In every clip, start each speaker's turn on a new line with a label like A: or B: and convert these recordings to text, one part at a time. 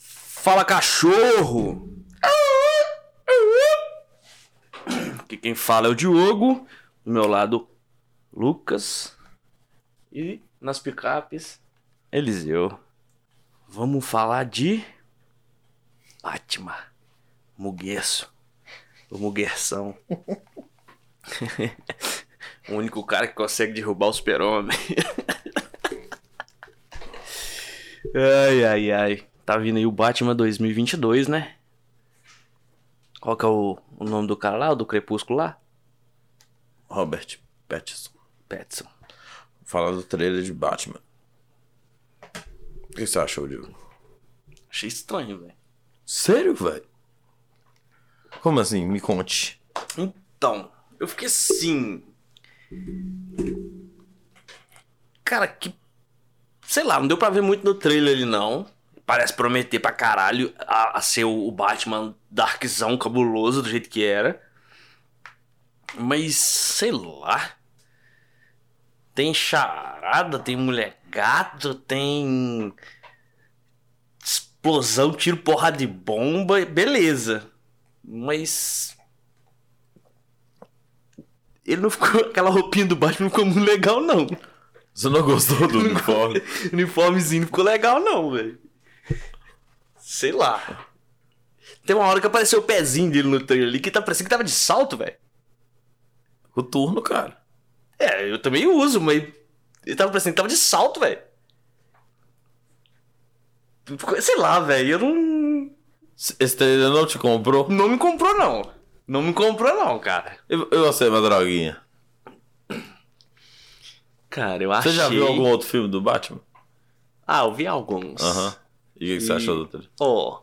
A: Fala cachorro! Aqui quem fala é o Diogo, do meu lado, Lucas. E nas picapes, Eliseu. Vamos falar de. Batman. Muguesso. O Muguerção. o único cara que consegue derrubar o super-homem. ai, ai, ai. Tá vindo aí o Batman 2022, né? Qual que é o, o nome do cara lá, o do Crepúsculo lá?
B: Robert Pattinson.
A: Petson.
B: Fala do trailer de Batman. O que você achou, Diego?
A: Achei estranho, velho.
B: Sério, velho? Como assim? Me conte.
A: Então, eu fiquei assim. Cara, que. Sei lá, não deu pra ver muito no trailer ali não. Parece prometer pra caralho a, a ser o, o Batman darkzão cabuloso do jeito que era. Mas, sei lá. Tem charada, tem mulher gato, tem. Explosão, tiro, porrada de bomba, beleza. Mas ele não ficou. Aquela roupinha do Batman não ficou muito legal, não.
B: Você não gostou do uniforme?
A: O uniformezinho não ficou legal, não, velho. Sei lá. Tem uma hora que apareceu o pezinho dele no trailer ali que tá parecendo que tava de salto, velho.
B: Coturno, cara.
A: É, eu também uso, mas. Ele tava parecendo que tava de salto, velho. Ficou- Sei lá, velho. Eu não.
B: Esse trailer não te comprou?
A: Não me comprou, não. Não me comprou, não, cara.
B: E e você, Madroguinha?
A: Cara, eu
B: Você
A: achei.
B: já viu algum outro filme do Batman?
A: Ah, eu vi alguns.
B: Aham. E o que você
A: E-
B: achou do trailer?
C: Ó,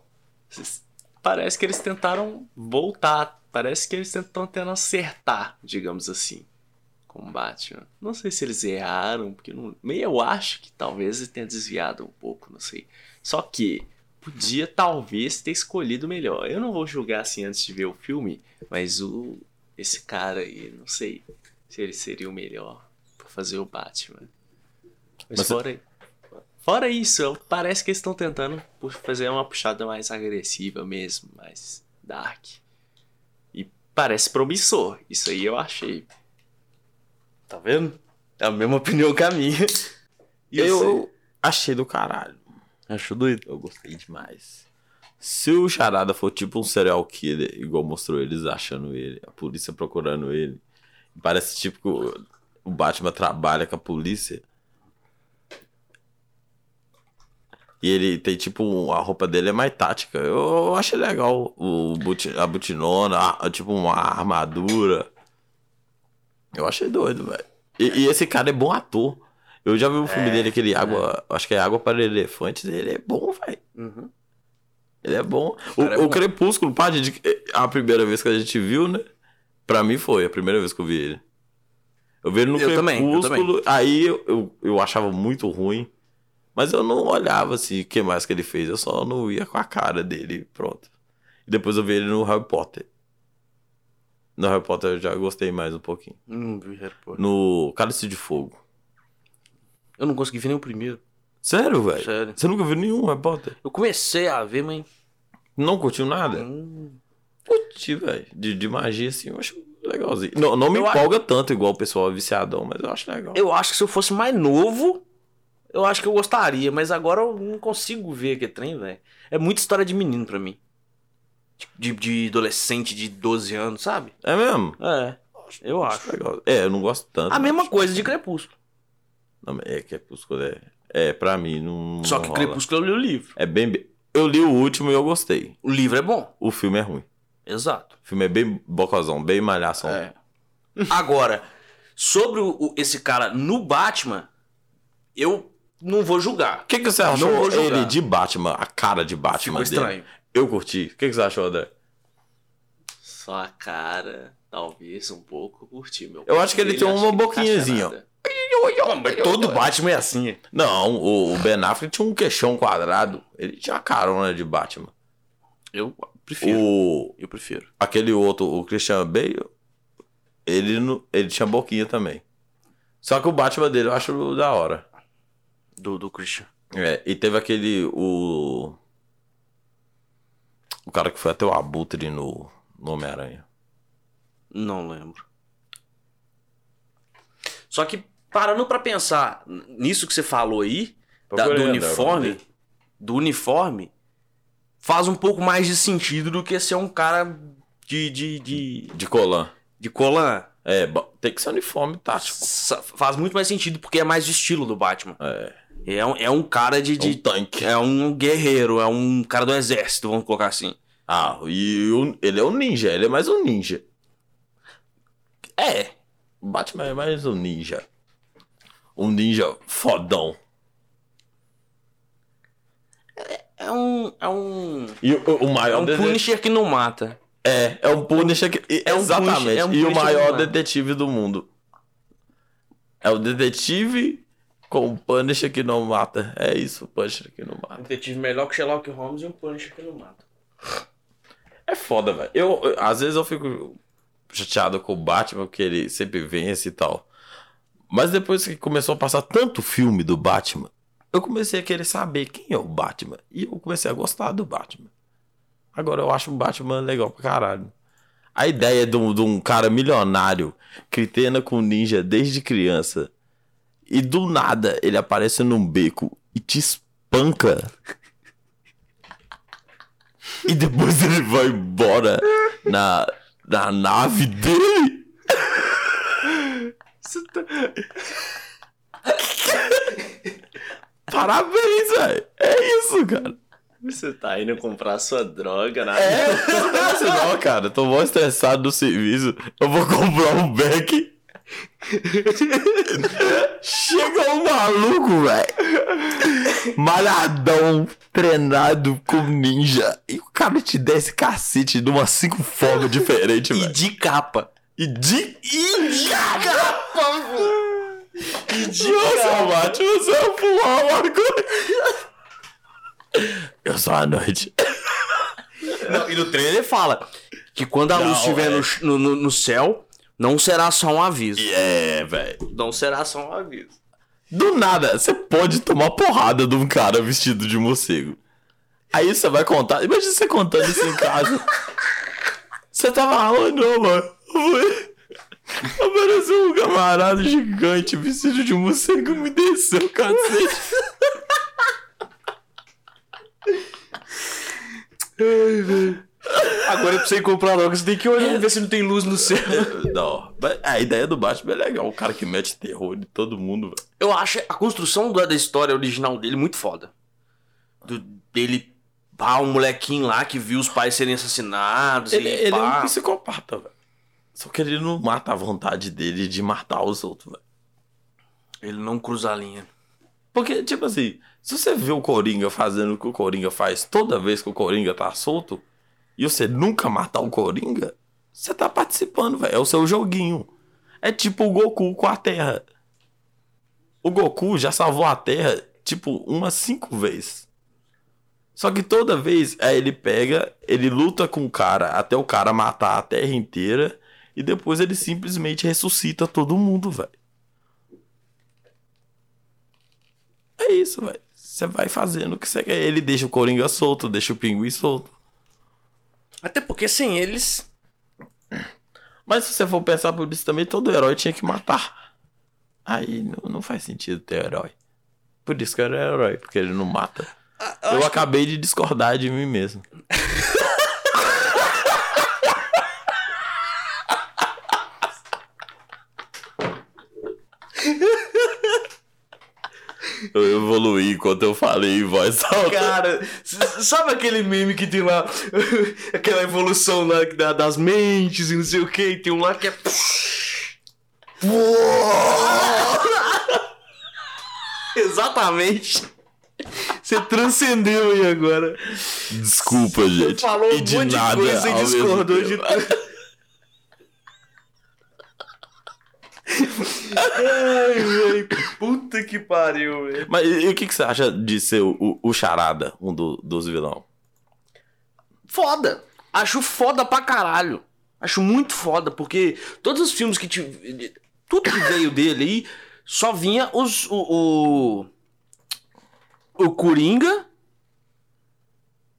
C: esses- parece que eles tentaram voltar. Parece que eles estão tentando acertar, digamos assim, com o Batman. Não sei se eles erraram, porque não, meio eu acho que talvez ele tenha desviado um pouco, não sei. Só que podia talvez ter escolhido melhor. Eu não vou julgar assim antes de ver o filme, mas o esse cara aí, não sei se ele seria o melhor pra fazer o Batman. Mas,
A: é-
B: Mas-
C: fora, fora isso, eu- parece que eles estão tentando pu- fazer uma puxada mais agressiva mesmo, mais dark. E parece promissor. Isso aí eu achei.
A: Tá vendo? É a mesma opinião que a minha.
C: E você?
B: achei do caralho.
A: Acho doido.
B: Eu gostei demais. Se o Charada for tipo um serial killer, igual mostrou eles achando ele, a polícia procurando ele, parece tipo que o- o Batman trabalha com a polícia. E ele tem tipo um- a roupa dele é mais tática. Eu, eu achei legal o buti- a butinona, a- tipo uma armadura. Eu achei doido, velho. E, e esse cara é bom ator. Eu já vi um filme
A: É,
B: dele, aquele Água. Acho que é Água para Elefantes. Ele é bom, velho.
A: Uhum.
B: Ele é bom. O,
A: cara é
B: o
A: bom.
B: Crepúsculo, pá, gente, eh, a primeira vez que a gente viu, né? Pra mim foi a primeira vez que eu vi ele. Eu vi ele no
A: Eu também, eu
B: Crepúsculo, aí eu, eu, eu achava muito ruim. Mas eu não olhava assim, o que mais que ele fez. Eu só não ia com a cara dele, pronto. E depois eu vi ele no Harry Potter. No Harry Potter eu já gostei mais um pouquinho.
A: Não vi Harry Potter.
B: No Cálice de Fogo.
A: Eu não consegui ver nem o primeiro.
B: Sério, velho?
A: Sério.
B: Você nunca viu nenhum Harry Potter?
A: Eu comecei a ver, mas.
B: Não curtiu nada?
A: Hum,
B: curti, velho. De, de magia, assim, eu acho legalzinho. Não, não me
A: Eu acho-
B: empolga tanto igual o pessoal viciadão, mas eu acho legal.
A: Eu acho que se eu fosse mais novo, eu acho que eu gostaria, mas agora eu não consigo ver aquele trem, velho. É muita história de menino pra mim. De, de adolescente de 12 anos, sabe?
B: É mesmo?
A: É, eu acho.
B: legal. É, eu não gosto tanto.
A: A mesma
B: mas-
A: coisa de Crepúsculo.
B: Não, mas é Crepúsculo, é. É, pra mim, não.
A: Só
B: não
A: que
B: rola.
A: Crepúsculo eu li o livro.
B: É bem. be- Eu li o último e eu gostei.
A: O livro é bom.
B: O filme é ruim.
A: Exato.
B: O filme é bem bocozão, bem malhação.
A: É. Agora, sobre o- o- esse cara no Batman, eu não vou julgar.
B: O que, que você
A: Não
B: achou
A: vou julgar.
B: ele de Batman, a cara de Batman
A: Ficou
B: dele?
A: estranho.
B: Eu curti. O que, que você achou, André?
C: Só a cara, talvez um pouco, eu curti meu.
B: Eu acho que ele
C: Ele
B: tem
C: acho
B: uma
A: tá
C: que não
B: boquinhazinha,
C: encaixa nada.
A: Todo Batman é assim.
B: Não, o, o Ben Affleck tinha um queixão quadrado. Ele tinha a carona de Batman.
A: Eu prefiro.
B: O,
A: Eu prefiro.
B: aquele outro, o Christian Bale, ele, não- ele tinha boquinha também. Só que o Batman dele eu acho da hora.
A: Do, do Christian.
B: É, e teve aquele, o... cara que foi até o Abutre no, no Homem-Aranha.
A: Não lembro. Só que, parando pra pensar n- nisso que você falou aí, da- do
B: Procurei, André,
A: uniforme,
B: procurei.
A: do uniforme, faz um pouco mais de sentido do que ser um cara de, de, de,
B: De Colan.
A: de colã.
B: É, ba- tem que ser uniforme tático.
A: Sa- Faz muito mais sentido porque é mais o estilo do Batman.
B: É,
A: É um, é um cara de,
B: de
A: de.
B: tanque.
A: É um guerreiro, é um cara do exército, vamos colocar assim.
B: Ah, e o- ele é um ninja, ele é mais um ninja.
A: É,
B: O Batman é mais um ninja. Um ninja fodão.
A: é um. É um.
B: E o, o
A: É
B: maior
A: um
B: dete-
A: Punisher que não mata.
B: É, é um Punisher que...
A: É um
B: Exatamente.
A: Punisher- é um
B: e o
A: Punisher
B: maior
A: do mar.
B: detetive do mundo. É o detetive com o Punisher que não mata. É isso, o Punisher que não mata.
A: Um detetive melhor que Sherlock Holmes e um Punisher que não mata.
B: É foda, velho. Eu, eu- às vezes eu fico chateado com o Batman, porque ele sempre vence e tal. Mas depois que começou a passar tanto filme do Batman, eu comecei a querer saber quem é o Batman. E eu comecei a gostar do Batman. Agora eu acho o Batman legal pra caralho. A ideia de um, de um cara milionário que treina com ninja desde criança e do nada ele aparece num beco e te espanca. E depois ele vai embora na, na nave dele.
C: Você tá-
B: Parabéns, velho. É isso, cara.
C: Você tá indo comprar sua droga na.
B: É, você não, cara. Tô mó estressado do serviço. Eu vou comprar um beck. Chega um maluco, velho. Malhadão, treinado como ninja. E o cara te dá esse cacete de umas cinco formas diferentes,
A: E
B: velho.
A: de capa.
B: E de. E de
A: E de
B: Nossa, Batman, você é um pulão agora. Eu sou a noite.
A: Não, e no trailer ele fala que quando a
B: Não,
A: luz estiver no
B: é.
A: ch- no, no, no céu, não será só um aviso.
B: É, velho.
A: Não será só um aviso.
B: Do nada, você pode tomar porrada de um cara vestido de morcego. Aí você vai contar. Imagina você contando isso em casa. Você tava onde, ô, mano? Foi. Apareceu um camarada gigante vestido de morcego me desceu, cacete.
A: Agora pra você ir comprar logo, você tem que olhar e ver se não tem luz no céu.
B: Não, mas a ideia do Batman é legal. O cara que mete terror em todo mundo, velho.
A: Eu acho a construção da, da história original dele muito foda. Do, dele, pá, um molequinho lá que viu os pais serem assassinados
B: Ele,
A: e
B: ele é um
A: pá.
B: psicopata, velho. Só que ele não mata a vontade dele de matar os outros, velho.
A: Ele não cruza a linha.
B: Porque, tipo assim, se você vê o Coringa fazendo o que o Coringa faz toda vez que o Coringa tá solto, e você nunca matar o Coringa, você tá participando, velho. É o seu joguinho. É tipo o Goku com a Terra. O Goku já salvou a Terra, tipo, umas cinco vezes. Só que toda vez aí ele pega, ele luta com o cara até o cara matar a Terra inteira, e depois ele simplesmente ressuscita todo mundo, velho. É isso, velho. Você vai fazendo o que você quer. Ele deixa o Coringa solto, deixa o Pinguim solto.
A: Até porque sem eles.
B: Mas se você for pensar por isso também, todo herói tinha que matar. Aí não, não faz sentido ter herói. Por isso que eu era herói, porque ele não mata. Eu, acabei de discordar de mim mesmo. Eu evoluí enquanto eu falei em voz alta.
A: Cara, s- sabe aquele meme que tem lá, aquela evolução lá que dá- das mentes e não sei o que, e tem um lá que é. Exatamente. Você transcendeu aí agora.
B: Desculpa, gente.
A: falou um
B: e de
A: monte de
B: nada
A: coisa e
B: ao mesmo
A: discordou de
B: tempo.
A: Ai, velho, puta que pariu, velho.
B: Mas e e o que, que você acha de ser o, o- o Charada, um do- dos vilão?
A: Foda. Acho foda pra caralho. Acho muito foda, porque todos os filmes que tive. Tudo que veio dele aí só vinha os. O. O, o Coringa.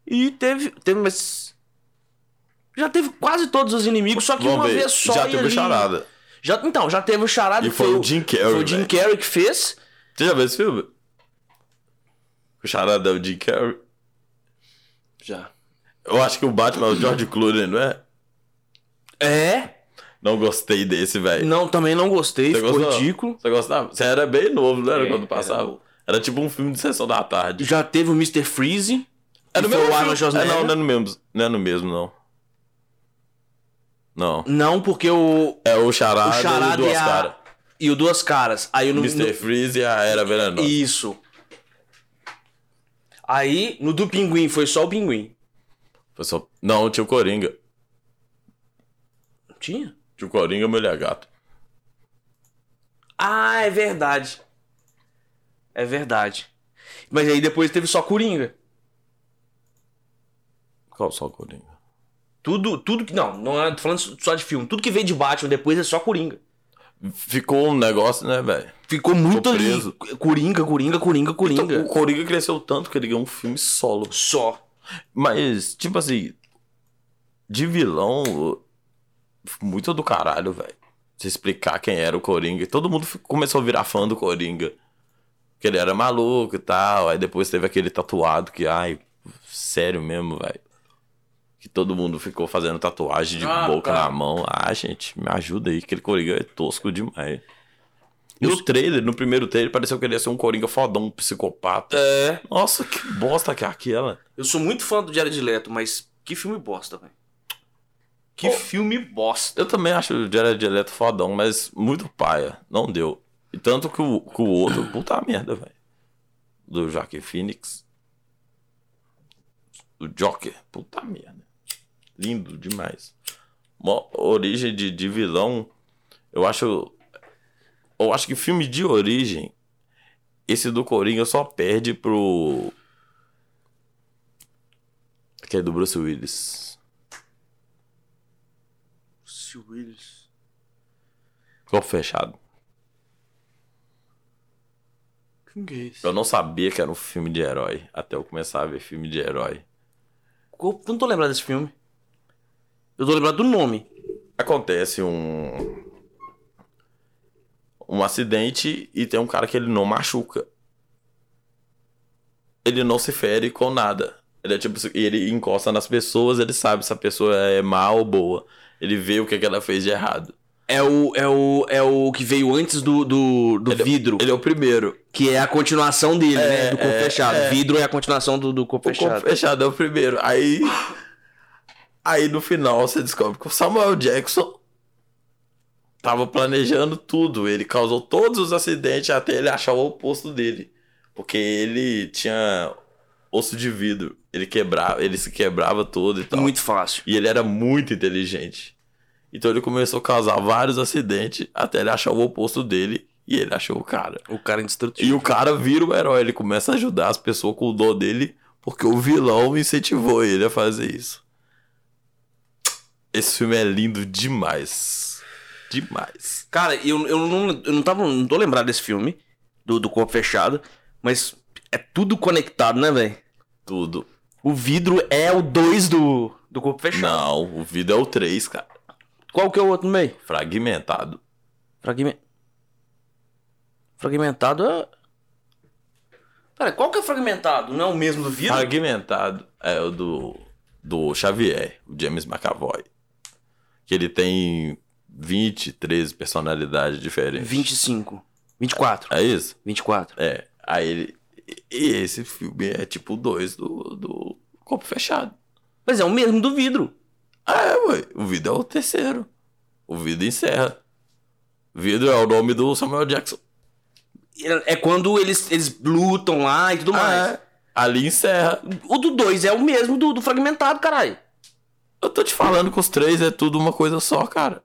A: E teve. Teve mais. Já teve quase todos os inimigos, só que
B: Vamos
A: uma
B: ver.
A: vez só.
B: Já
A: e
B: teve o
A: ali-
B: Charada.
A: Já, então, já teve o Charada.
B: E
A: que
B: foi o Jim Carrey,
A: Foi o Jim
B: velho.
A: Carrey que fez.
B: Você já viu esse filme? O Charada é o Jim Carrey.
C: Já.
B: Eu acho que o Batman é o George Clooney, não é?
A: É.
B: Não gostei desse, velho.
A: Não, também não gostei,
B: Você
A: ficou
B: gostou?
A: ridículo.
B: Você gostava? Você era bem novo, não era
C: É,
B: quando passava?
C: era.
B: Era... tipo um filme de sessão da tarde.
A: Já teve o Mr. Freeze.
B: É
A: que
B: no
A: foi
B: mesmo
A: o
B: filme?
A: Arnold Schwarzenegger.
B: É, não, não é no mesmo. Não é no mesmo, não. Não.
A: Não, porque o,
B: É o Charada,
A: o
B: e o
A: Charada
B: Duas
A: e, a-
B: Caras.
A: e o Duas Caras. Aí no,
B: Mr. Freeze e a Era
A: no-
B: Venenosa.
A: Isso. Aí, no do Pinguim, foi só o Pinguim.
B: Foi só- Não, tinha o Coringa.
A: Não tinha?
B: Tinha o Coringa e o Mulher Gato.
A: Ah, é verdade. É verdade. Mas aí depois teve só Coringa.
B: Qual só o Coringa?
A: Tudo, tudo que. Não, não é, tô falando só de filme. Tudo que veio de Batman depois é só Coringa.
B: Ficou um negócio, né, velho?
A: Ficou muito ali.
B: preso.
A: Coringa, Coringa, Coringa, Coringa.
B: Então, o Coringa cresceu tanto que ele ganhou um filme solo.
A: Só.
B: Mas, tipo assim, de vilão, muito do caralho, velho. Se explicar quem era o Coringa. E Todo mundo fi- começou a virar fã do Coringa. Que ele era maluco e tal. Aí depois teve aquele tatuado que, ai, sério mesmo, velho. Que todo mundo ficou fazendo tatuagem de
C: Ah,
B: boca
C: tá.
B: na mão. Ah, gente, me ajuda aí, que aquele Coringa é tosco demais. E no trailer, no primeiro trailer, pareceu que ele ia ser um Coringa fodão, um psicopata.
A: É.
B: Nossa, que bosta que é aquela.
A: Eu sou muito fã do Diário de Leto, mas que filme bosta, velho. Que
B: Ô.
A: filme bosta.
B: Eu também acho o Jared Leto fodão, mas muito paia. Não deu. E tanto que o, que o outro, puta merda, velho. Do Joaquin Phoenix. O Joker, puta merda. Lindo demais. Mó origem de, de vilão. Eu acho. Eu acho que filme de origem. Esse do Coringa só perde pro. Que é do Bruce Willis.
A: Bruce Willis.
B: Corpo fechado.
A: Quem que é esse?
B: Eu não sabia que era um filme de herói até eu começar a ver filme de herói.
A: Eu não tô lembrado desse filme. Eu tô lembrado do nome.
B: Acontece um. Um acidente e tem um cara que ele não machuca. Ele não se fere com nada. Ele é tipo. Ele encosta nas pessoas, ele sabe se a pessoa é má ou boa. Ele vê o que, que ela fez de errado.
A: É o, é o, é o que veio antes do, do, do vidro,
B: Ele é o primeiro.
A: que é a continuação dele, né? Do corpo
B: é,
A: fechado.
B: é.
A: Vidro é a continuação do, do corpo
B: O corpo
A: fechado.
B: fechado é o primeiro. Aí. Aí no final você descobre que o Samuel Jackson tava planejando tudo. Ele causou todos os acidentes até ele achar o oposto dele. Porque ele tinha osso de vidro. Ele quebrava, ele se quebrava todo e tal.
A: Muito fácil.
B: E ele era muito inteligente. Então ele começou a causar vários acidentes até ele achar o oposto dele. E ele achou o cara.
A: O cara é indestrutível.
B: E o cara vira o herói, ele começa a ajudar as pessoas com o dor dele, porque o vilão incentivou ele a fazer isso. Esse filme é lindo demais. Demais.
A: Cara, eu, eu, não, eu não, tava, não tô lembrado desse filme, do, do corpo fechado, mas é tudo conectado, né, velho?
B: Tudo.
A: O vidro é o 2 do, do corpo fechado.
B: Não, o vídeo é o 3, cara.
A: Qual que é o outro no meio?
B: Fragmentado.
A: Fragmen- Fragmentado é. Pera, qual que é fragmentado? Não é o mesmo do vidro?
B: Fragmentado é o do, do Xavier, o James McAvoy. Que ele tem 23 personalidades diferentes.
A: 25. 24.
B: É isso?
A: 24.
B: É, aí ele. E esse filme é tipo dois do, do Corpo Fechado.
A: Mas é o mesmo do vidro.
B: Ah, é, ué. O vidro é o terceiro. O vidro encerra. Vidro é o nome do Samuel Jackson.
A: É é quando eles, eles lutam lá e tudo mais.
B: Ah, é. Ali encerra.
A: O do 2 é o mesmo do, do fragmentado, caralho.
B: Eu tô te falando que os três é tudo uma coisa só, cara.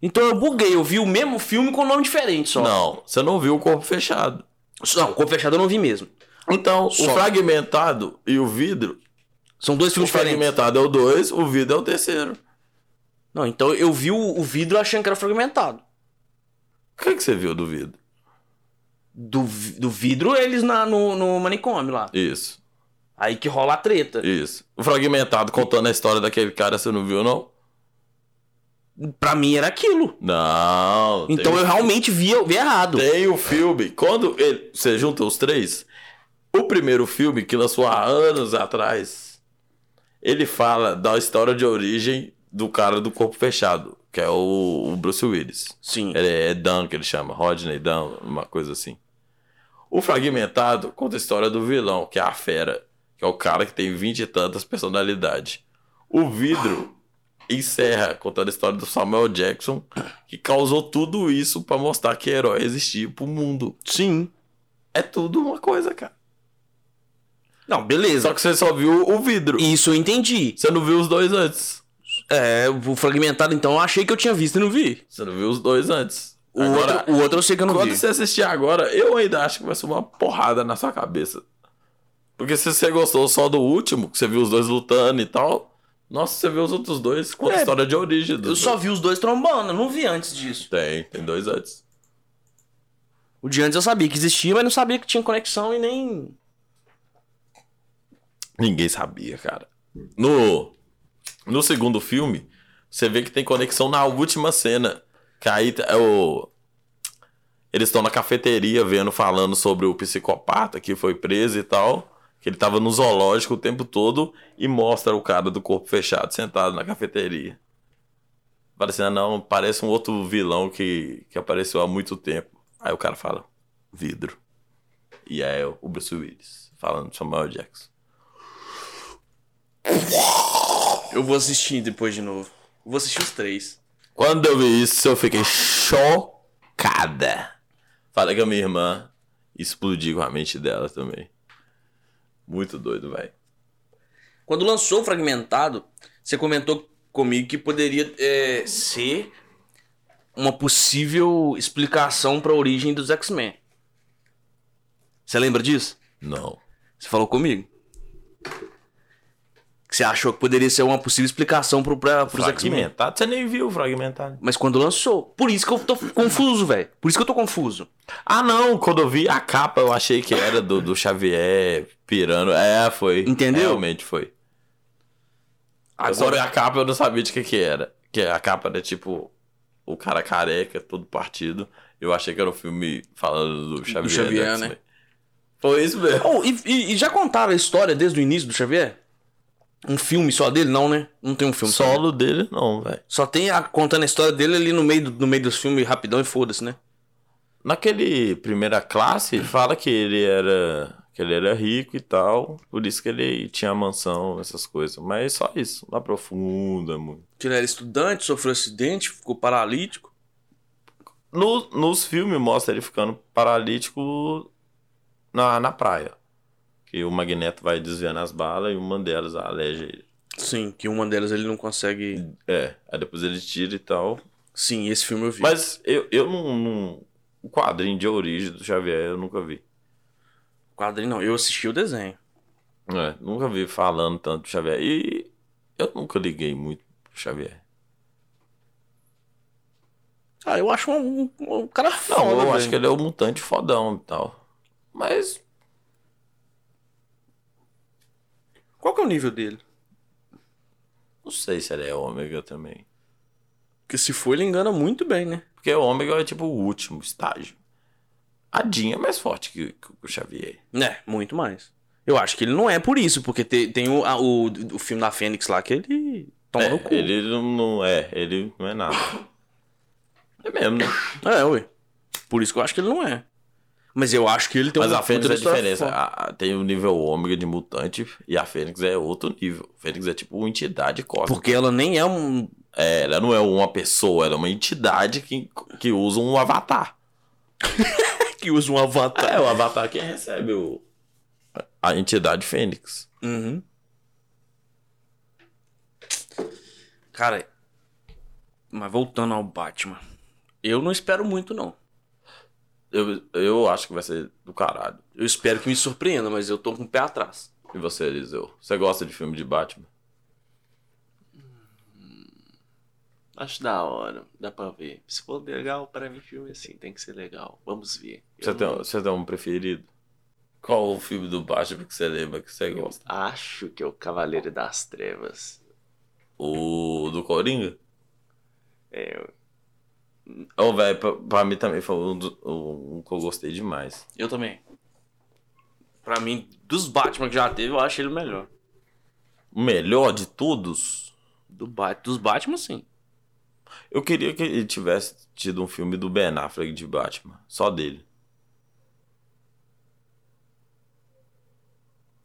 A: Então eu buguei, eu vi o mesmo filme com um nome diferente só.
B: Não, você não viu o Corpo Fechado.
A: Não, o corpo fechado eu não vi mesmo.
B: Então,
A: Só.
B: o fragmentado e o vidro.
A: São dois
B: O
A: filmes diferentes.
B: fragmentado é o dois, o vidro é o terceiro.
A: Não, então eu vi o, o vidro achando que era fragmentado.
B: O que, que você viu do vidro?
A: Do, vi- do vidro, eles na, no, no manicômio lá.
B: Isso.
A: Aí que rola a treta.
B: Isso. O Fragmentado contando a história daquele cara, você não viu, não?
A: Pra mim era aquilo.
B: Não. tem
A: Então
B: um-
A: eu realmente via, via errado.
B: Tem o filme. Quando ele- você junta os três, o primeiro filme que lançou há anos atrás, ele fala da história de origem do cara do corpo fechado, que é o, o Bruce Willis.
A: Sim.
B: Ele é Dan que ele chama, Rodney Dan, uma coisa assim. O Fragmentado conta a história do vilão, que é a fera, que é o cara que tem vinte e tantas personalidades. O vidro encerra contando a história do Samuel Jackson, que causou tudo isso pra mostrar que herói existia pro mundo.
A: Sim.
B: É tudo uma coisa, cara.
A: Não, beleza.
B: Só que você só viu o vidro.
A: Isso eu entendi.
B: Você não viu os dois antes.
A: É, o fragmentado então eu achei que eu tinha visto e não vi.
B: Você não viu os dois antes.
A: O,
B: Agora,
A: outro, o outro eu sei que eu não
B: Quando
A: vi.
B: você assistir agora, eu ainda acho que vai ser uma porrada na sua cabeça. Porque se você gostou só do último, que você viu os dois lutando e tal, nossa, você viu os outros dois com a
A: É,
B: história de origem. dos
A: Eu só
B: dois.
A: vi os dois trombando, eu não vi antes disso.
B: Tem, tem dois antes.
A: O de antes eu sabia que existia, mas não sabia que tinha conexão e nem.
B: Ninguém sabia, cara. No, no segundo filme, você vê que tem conexão na última cena. Que aí é o. Eles estão na cafeteria vendo, falando sobre o psicopata que foi preso e tal. Que ele tava no zoológico o tempo todo e mostra o cara do corpo fechado sentado na cafeteria. Parecendo, não, parece um outro vilão que, que apareceu há muito tempo. Aí o cara fala, vidro. E aí é o Bruce Willis, falando de Samuel Jackson.
A: Eu vou assistir depois de novo. Eu vou assistir os três.
B: Quando eu vi isso, eu fiquei chocada. Falei com a minha irmã, explodi com a mente dela também. Muito doido, velho.
A: Quando lançou o Fragmentado, você comentou comigo que poderia é, ser uma possível explicação pra origem dos X-Men. Você lembra disso?
B: Não.
A: Você falou comigo. Que você achou que poderia ser uma possível explicação pro, pra, pros X-Men.
B: Fragmentado? Você nem viu o fragmentado.
A: Mas quando lançou. Por isso que eu tô confuso, velho. Por isso que eu tô confuso.
B: Ah, não. Quando eu vi a capa, eu achei que era do, do Xavier pirando. É, foi.
A: Entendeu?
B: Realmente foi. Agora a capa eu não sabia de que que era. Que a capa era tipo o cara careca, todo partido. Eu achei que era um filme falando do Xavier.
A: Xavier,
B: do
A: né?
B: X-Men. Foi isso mesmo.
A: Oh, e, e- e já contaram a história desde o início do Xavier? Um filme só dele? Não, né? Não tem um filme só.
B: solo dele não, velho.
A: Só tem a, contando a história dele ali no meio, do- no meio dos filmes, rapidão e foda-se, né?
B: Naquele primeira classe, ele fala que ele era que ele era rico e tal, por isso que ele tinha mansão, essas coisas. Mas só isso, não aprofunda muito.
A: Que ele era estudante, sofreu acidente, ficou paralítico.
B: No, nos filmes mostra ele ficando paralítico na, na praia. Que o Magneto vai desviando as balas e uma delas aleja ele.
A: Sim, que uma delas ele não consegue.
B: É, aí depois ele tira e tal.
A: Sim, esse filme eu vi.
B: Mas eu, eu não, não- O quadrinho de origem do Xavier eu nunca vi.
A: Quadrinho não, eu assisti o desenho.
B: É, nunca vi falando tanto do Xavier. E eu nunca liguei muito pro Xavier.
A: Ah, eu acho um, um- um cara
B: Não,
A: foda.
B: eu
A: velho.
B: acho que ele é um mutante fodão e tal. Mas
A: Qual que é o nível dele?
B: não sei se ele é ômega também.
A: Porque se for, ele engana muito bem, né?
B: Porque o ômega é tipo o último estágio. A Jean é mais forte que, que o Xavier.
A: É, muito mais. Eu acho que ele não é por isso, porque te- tem, o, a- o, o filme da Fênix lá que ele toma no cu.
B: É, ele não, não é, ele não é nada. É mesmo, né?
A: É, ué. Por isso que eu acho que ele não é. Mas eu acho que ele tem
B: Mas
A: uma
B: a Fênix
A: puta
B: é
A: história
B: diferença.
A: foda.
B: A- a- tem o nível ômega de mutante e a Fênix é outro nível. A Fênix é tipo uma entidade cósmica.
A: Porque ela nem é um.
B: É, ela não é uma pessoa, ela é uma entidade que, que usa um avatar.
A: que usa um avatar.
B: É, o avatar quem recebe o... A entidade Fênix.
A: Uhum. Cara. Mas voltando ao Batman. Eu não espero muito, não.
B: Eu, eu acho que vai ser do caralho.
A: Eu espero que me surpreenda, mas eu tô com o pé atrás.
B: E você, Eliseu? Você gosta de filme de Batman?
C: Acho da hora, dá pra ver. Se for legal, pra mim filme assim tem que ser legal. Vamos ver. Eu
B: Você tem,
C: não-
B: você tem um preferido? Qual o filme do Batman que você lembra que você gosta?
C: Acho que é o Cavaleiro das Trevas.
B: O do Coringa?
C: É, eu-
B: Ô, velho, pra, pra mim também foi um, do- um- um que eu gostei demais.
A: Eu também. Pra mim, dos Batman que já teve, eu acho ele o melhor.
B: O melhor de todos?
A: Do Bat dos Batman, sim.
B: Eu queria que ele tivesse tido um filme do Ben Affleck de Batman. Só dele.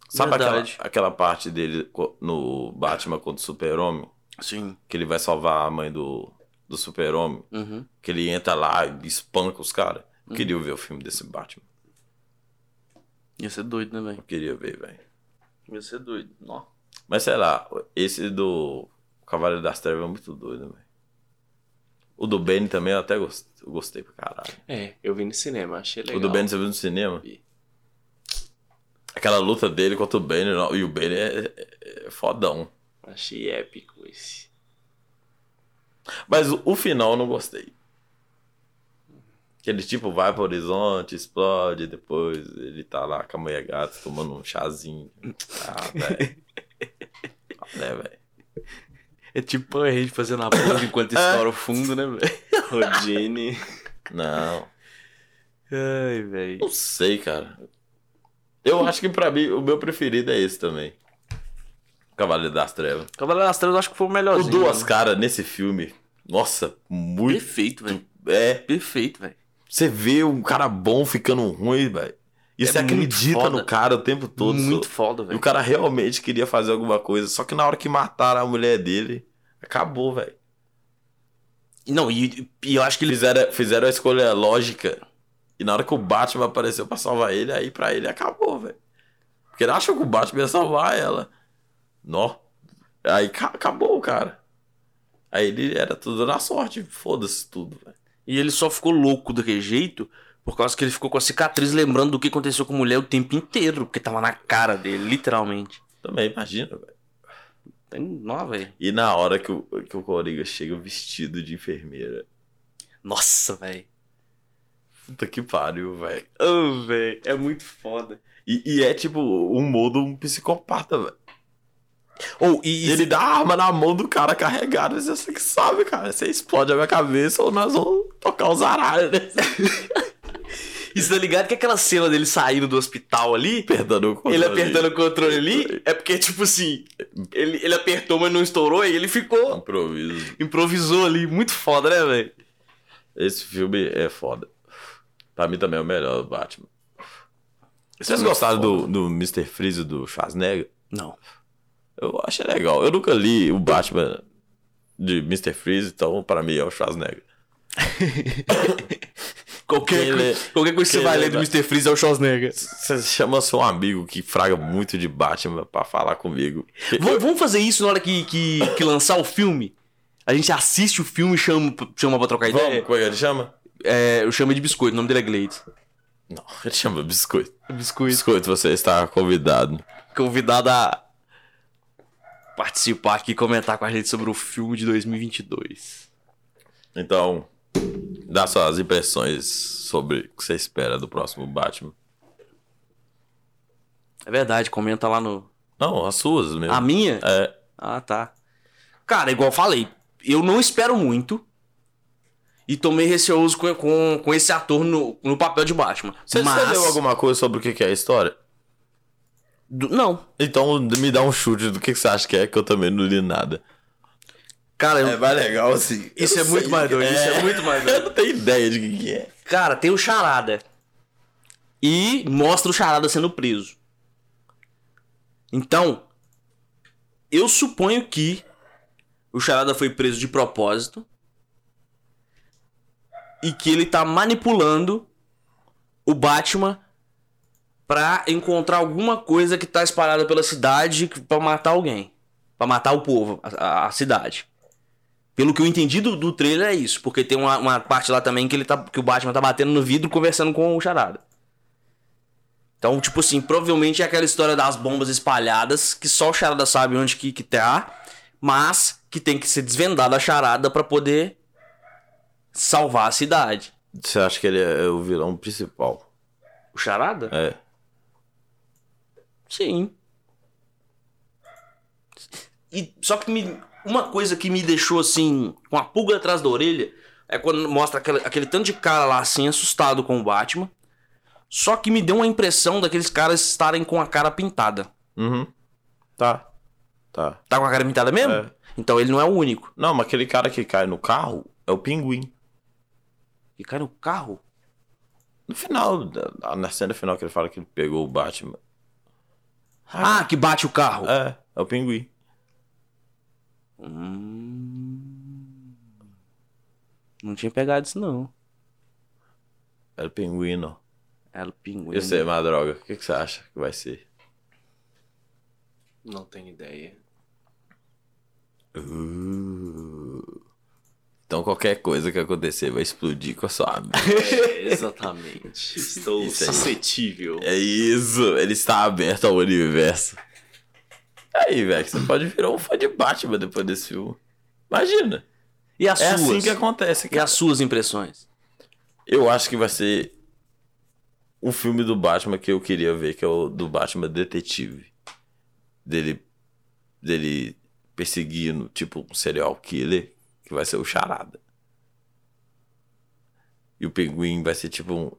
B: Sabe aquela,
A: Verdade.
B: aquela parte dele co- no Batman contra o Super-Homem?
A: Sim.
B: Que ele vai salvar a mãe do, do Super-Homem?
A: Uhum.
B: Que ele entra lá e espanca os caras? Eu
C: Uhum.
B: queria ver o filme desse Batman.
A: Ia ser doido, né, velho?
B: Eu queria ver, velho.
A: Ia ser doido. Nó.
B: Mas sei lá, esse do Cavaleiro das Trevas é muito doido, velho. O do Benny também eu até gos- eu gostei pra caralho.
C: é, eu vi no cinema, achei legal.
B: O do Benny você viu no cinema?
C: Vi.
B: Aquela luta dele contra o Benny, não, e o Benny é, é- é fodão.
C: Achei épico esse.
B: Mas o, o final eu não gostei. Que ele tipo vai pro horizonte, explode, depois ele tá lá com a mulher gata tomando um chazinho. Ah, velho. É, velho.
A: É tipo a gente fazendo a bola enquanto estoura o fundo, né, velho?
C: Rodine.
B: Não.
A: Ai, velho.
B: Não sei, cara. Eu acho que pra mim o meu preferido é esse também. Cavaleiro das Trevas.
A: Cavaleiro das Trevas eu acho que foi o
B: O
A: melhorzinho.
B: Duas
A: mano.
B: Caras nesse filme. Nossa, muito.
A: Perfeito, velho.
B: É.
A: Perfeito, velho.
B: Você vê um cara bom ficando ruim, velho. E
A: É
B: você
A: muito
B: acredita
A: foda.
B: no cara o tempo todo.
A: Muito
B: só.
A: foda,
B: E o
A: velho.
B: cara realmente queria fazer alguma coisa. Só que na hora que mataram a mulher dele, acabou, velho.
A: Não, e, e eu acho que ele.
B: Fizeram, fizeram a escolha lógica. E na hora que o Batman apareceu pra salvar ele, aí pra ele acabou, velho. Porque ele achou que o Batman ia salvar ela. Nó. Aí ca- acabou, cara. Aí ele era tudo na sorte. Foda-se tudo, velho.
A: E ele só ficou louco daquele jeito por causa que ele ficou com a cicatriz lembrando do que aconteceu com a mulher o tempo inteiro, porque tava na cara dele, literalmente.
B: Também, imagina, velho.
A: Tem nó, velho.
B: E na hora que o, que o Coringa chega vestido de enfermeira.
A: Nossa, velho.
B: Puta que pariu, velho.
A: Oh, velho. É muito foda.
B: E, e é tipo o humor de um psicopata, velho.
A: Ou, e.
B: E ele dá a arma na mão do cara carregada, mas assim, você que sabe, cara. Você explode a minha cabeça ou nós vamos tocar os aralhos, né?
A: E você tá ligado que aquela cena dele saindo do hospital ali,
B: Apertando o
A: ele
B: controle.
A: apertando o controle ali, é porque, tipo assim, ele, ele apertou, mas não estourou, e ele ficou,
B: Um Improviso.
A: improvisou ali, muito foda, né, velho?
B: Esse filme é foda. Pra mim também é o melhor Batman. é Vocês gostaram do, do Mr. Freeze do Schwarzenegger?
A: Não.
B: Eu achei legal. Eu nunca li o Batman de Mr. Freeze, então pra mim é o Schwarzenegger.
A: Qualquer,
B: Quem
A: coi-
B: lê-
A: qualquer coisa que você
B: quem
A: vai
B: lê
A: ler do
B: vai-
A: Mr. Freeze é o Schwarzenegger.
B: Você chama seu amigo que fraga muito de Batman pra falar comigo.
A: Vamos, vamos fazer isso na hora que, que, que lançar o filme? A gente assiste o filme e chama, chama pra trocar
B: Vamos,
A: ideia?
B: como é que ele chama?
A: É, eu chamo de biscoito, o nome dele é Glades.
B: Não, ele chama Biscoito.
A: Biscoito.
B: Biscoito, você está convidado.
A: Convidado a participar aqui e comentar com a gente sobre o filme de 2022.
B: Então, dá suas impressões sobre o que você espera do próximo Batman.
A: É verdade, comenta lá no.
B: Não, as suas mesmo.
A: A minha?
B: É,
A: Ah, tá. Cara, igual eu falei, eu não espero muito. E tô meio receoso com, com, com esse ator no, no papel de Batman.
B: você, você
A: Mas...
B: leu alguma coisa sobre o que que é a história?
A: do- Não.
B: Então me dá um chute do que que você acha que é, que eu também não li nada.
A: Cara, eu-
B: mais legal assim.
A: isso é muito mais doido. Isso é muito mais doido.
B: Eu não tenho ideia de que que é.
A: Cara, tem o Charada. E mostra o Charada sendo preso. Então, eu suponho que o Charada foi preso de propósito. E que ele tá manipulando o Batman pra encontrar alguma coisa que tá espalhada pela cidade pra matar alguém. Pra matar o povo, a, a- a cidade. Pelo que eu entendi do, do trailer é isso, porque tem uma, uma parte lá também que ele tá que o Batman tá batendo no vidro conversando com o Charada. Então, tipo assim, provavelmente é aquela história das bombas espalhadas que só o Charada sabe onde que, que tá, mas que tem que ser desvendada a Charada pra poder salvar a cidade.
B: Você acha que ele é o vilão principal?
A: O Charada?
B: É.
A: Sim. E só que me- uma coisa que me deixou assim, com a pulga atrás da orelha, é quando mostra aquela- aquele tanto de cara lá assim, assustado com o Batman. Só que me deu uma impressão daqueles caras estarem com a cara pintada.
B: Uhum. Tá. Tá.
A: Tá com a cara pintada mesmo?
B: É.
A: Então ele não é o único.
B: Não, mas aquele cara que cai no carro é o pinguim.
A: E cai no carro?
B: No final, da- na cena final que ele fala que ele pegou o Batman.
A: Ah, que bate o carro.
B: É, é o pinguim.
A: Hum. Não tinha pegado isso, não.
B: Era É o pinguim, não.
A: Era o pinguim.
B: Eu sei, Madroga, o que, que você acha que vai ser?
C: Não tenho ideia.
B: Uh. Então qualquer coisa que acontecer vai explodir com a sua amiga.
C: É, exatamente. Estou
B: Isso é aí.
C: suscetível.
B: É isso, ele está aberto ao universo. Aí, velho, você pode virar um fã de Batman depois desse filme. Imagina.
A: E as
B: É
A: suas?
B: assim que acontece,
A: E
B: cara.
A: as suas impressões?
B: Eu acho que vai ser o filme do Batman que eu queria ver, que é o do Batman Detetive. Dele, dele perseguindo, tipo, um serial killer, que vai ser o Charada. E o Pinguim vai ser tipo um,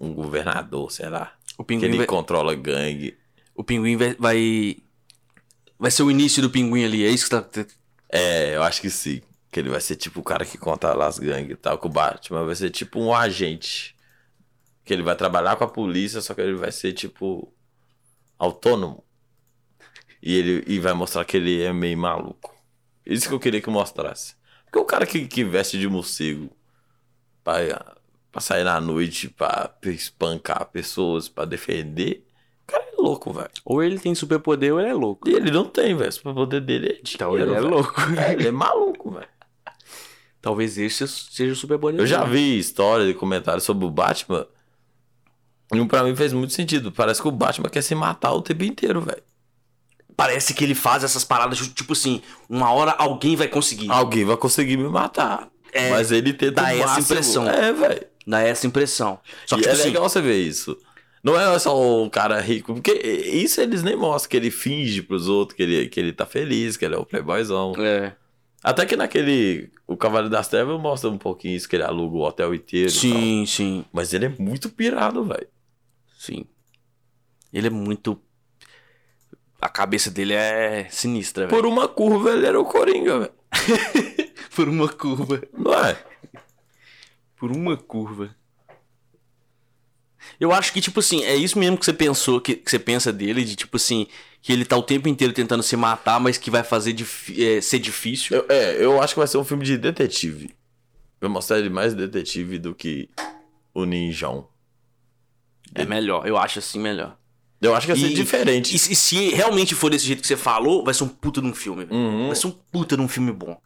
B: um, um governador, sei lá.
A: O
B: Que
A: pinguim,
B: ele
A: vai,
B: controla gangue.
A: o pinguim vai, vai. vai ser o início do pinguim ali, é isso que tá.
B: É, eu acho que sim. Que ele vai ser tipo o cara que conta lá as gangues e tal, que o Batman vai ser tipo um agente. Que ele vai trabalhar com a polícia, só que ele vai ser tipo autônomo. E ele e vai mostrar que ele é meio maluco. Isso que eu queria que mostrasse. Porque o cara que, que veste de morcego pra, pra sair na noite, pra espancar pessoas, pra defender, o cara é louco, velho.
A: Ou ele tem superpoder ou ele é louco.
B: E ele não tem, velho. O superpoder dele é
A: Então ele
B: dinheiro,
A: é
B: velho.
A: louco.
B: É, ele é maluco, velho.
A: Talvez esse seja o superpoder.
B: Eu já
A: dele.
B: vi história de comentário sobre o Batman. E pra mim fez muito sentido. Parece que o Batman quer se matar o tempo inteiro, velho.
A: Parece que ele faz essas paradas, tipo assim, uma hora alguém vai conseguir.
B: Alguém vai conseguir me matar.
A: É,
B: mas ele tenta
A: dá
B: o
A: essa
B: máximo.
A: impressão.
B: É, velho.
A: Dá essa impressão. Só que,
B: E
A: tipo
B: é
A: assim,
B: legal você ver isso. Não é só o cara rico, porque isso eles nem mostram, que ele finge pros outros que ele, que ele tá feliz, que ele é o playboyzão.
A: é,
B: Até que naquele. O Cavaleiro das Trevas mostra um pouquinho isso, que ele aluga o hotel inteiro. e tal.
A: Sim, sim,
B: Mas ele é muito pirado, velho.
A: sim. Ele é muito. A cabeça dele é sinistra, velho.
B: Por uma curva ele era o Coringa, velho.
A: Por uma curva.
B: Não é?
A: Por uma curva. Eu acho que, tipo assim, é isso mesmo que você pensou, que, que você pensa dele, de tipo assim, que ele tá o tempo inteiro tentando se matar, mas que vai fazer difí- é, ser difícil.
B: Eu- é, eu acho que vai ser um filme de detetive. Vai mostrar ele mais detetive do que o Ninjão.
A: É melhor, eu acho assim melhor.
B: Eu acho que vai ser
A: E-
B: diferente.
A: E, se- e se realmente for desse jeito que você falou, vai ser um puta de um filme, velho.
B: Uhum.
A: Vai ser um puta de um filme bom.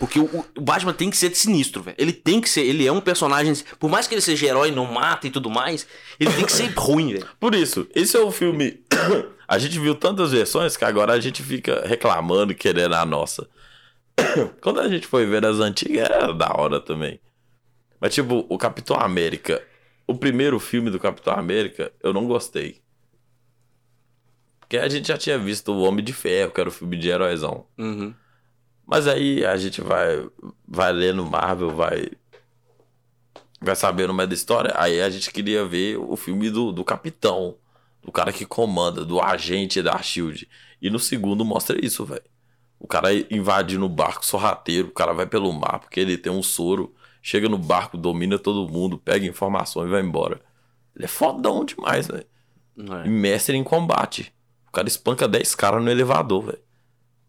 A: Porque o, o Batman tem que ser sinistro, velho. Ele tem que ser, ele é um personagem. Por mais que ele seja herói, não mata e tudo mais, ele tem que ser ruim, velho.
B: Por isso, esse é um filme. a gente viu tantas versões que agora a gente fica reclamando e querendo a nossa. Quando a gente foi ver as antigas, era da hora também. Mas, tipo, o Capitão América. O primeiro filme do Capitão América, eu não gostei. Porque a gente já tinha visto O Homem de Ferro, que era o filme de heróizão.
A: Uhum.
B: Mas aí a gente vai, vai lendo Marvel, vai, vai sabendo mais da história. Aí a gente queria ver o filme do, do capitão, do cara que comanda, do agente da Shield. E no segundo mostra isso, velho. O cara invadindo o barco sorrateiro, o cara vai pelo mar porque ele tem um soro, chega no barco, domina todo mundo, pega informações e vai embora. Ele é fodão demais, velho.
A: Não é.
B: E mestre em combate. O cara espanca 10 caras no elevador, velho.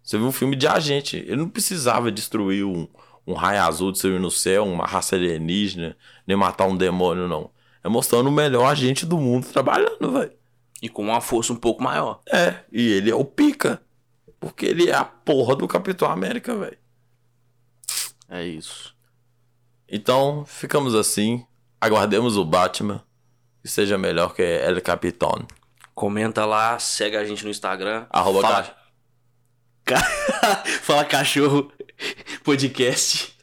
B: Você viu um filme de agente. Ele não precisava destruir um, um raio azul de subir no céu, uma raça alienígena, nem matar um demônio, não. É mostrando o melhor agente do mundo trabalhando, velho.
A: E com uma força um pouco maior.
B: É, e ele é o pica. Porque ele é a porra do Capitão América, velho.
A: É isso.
B: Então, ficamos assim. Aguardemos o Batman. Que seja melhor que El Capitão.
A: Comenta lá, segue a gente no Instagram.
B: Arroba
A: Fala-
B: ca-
A: Ca- Fala cachorro podcast.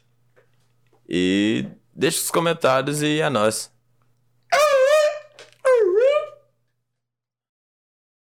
B: E deixa os comentários e é nóis.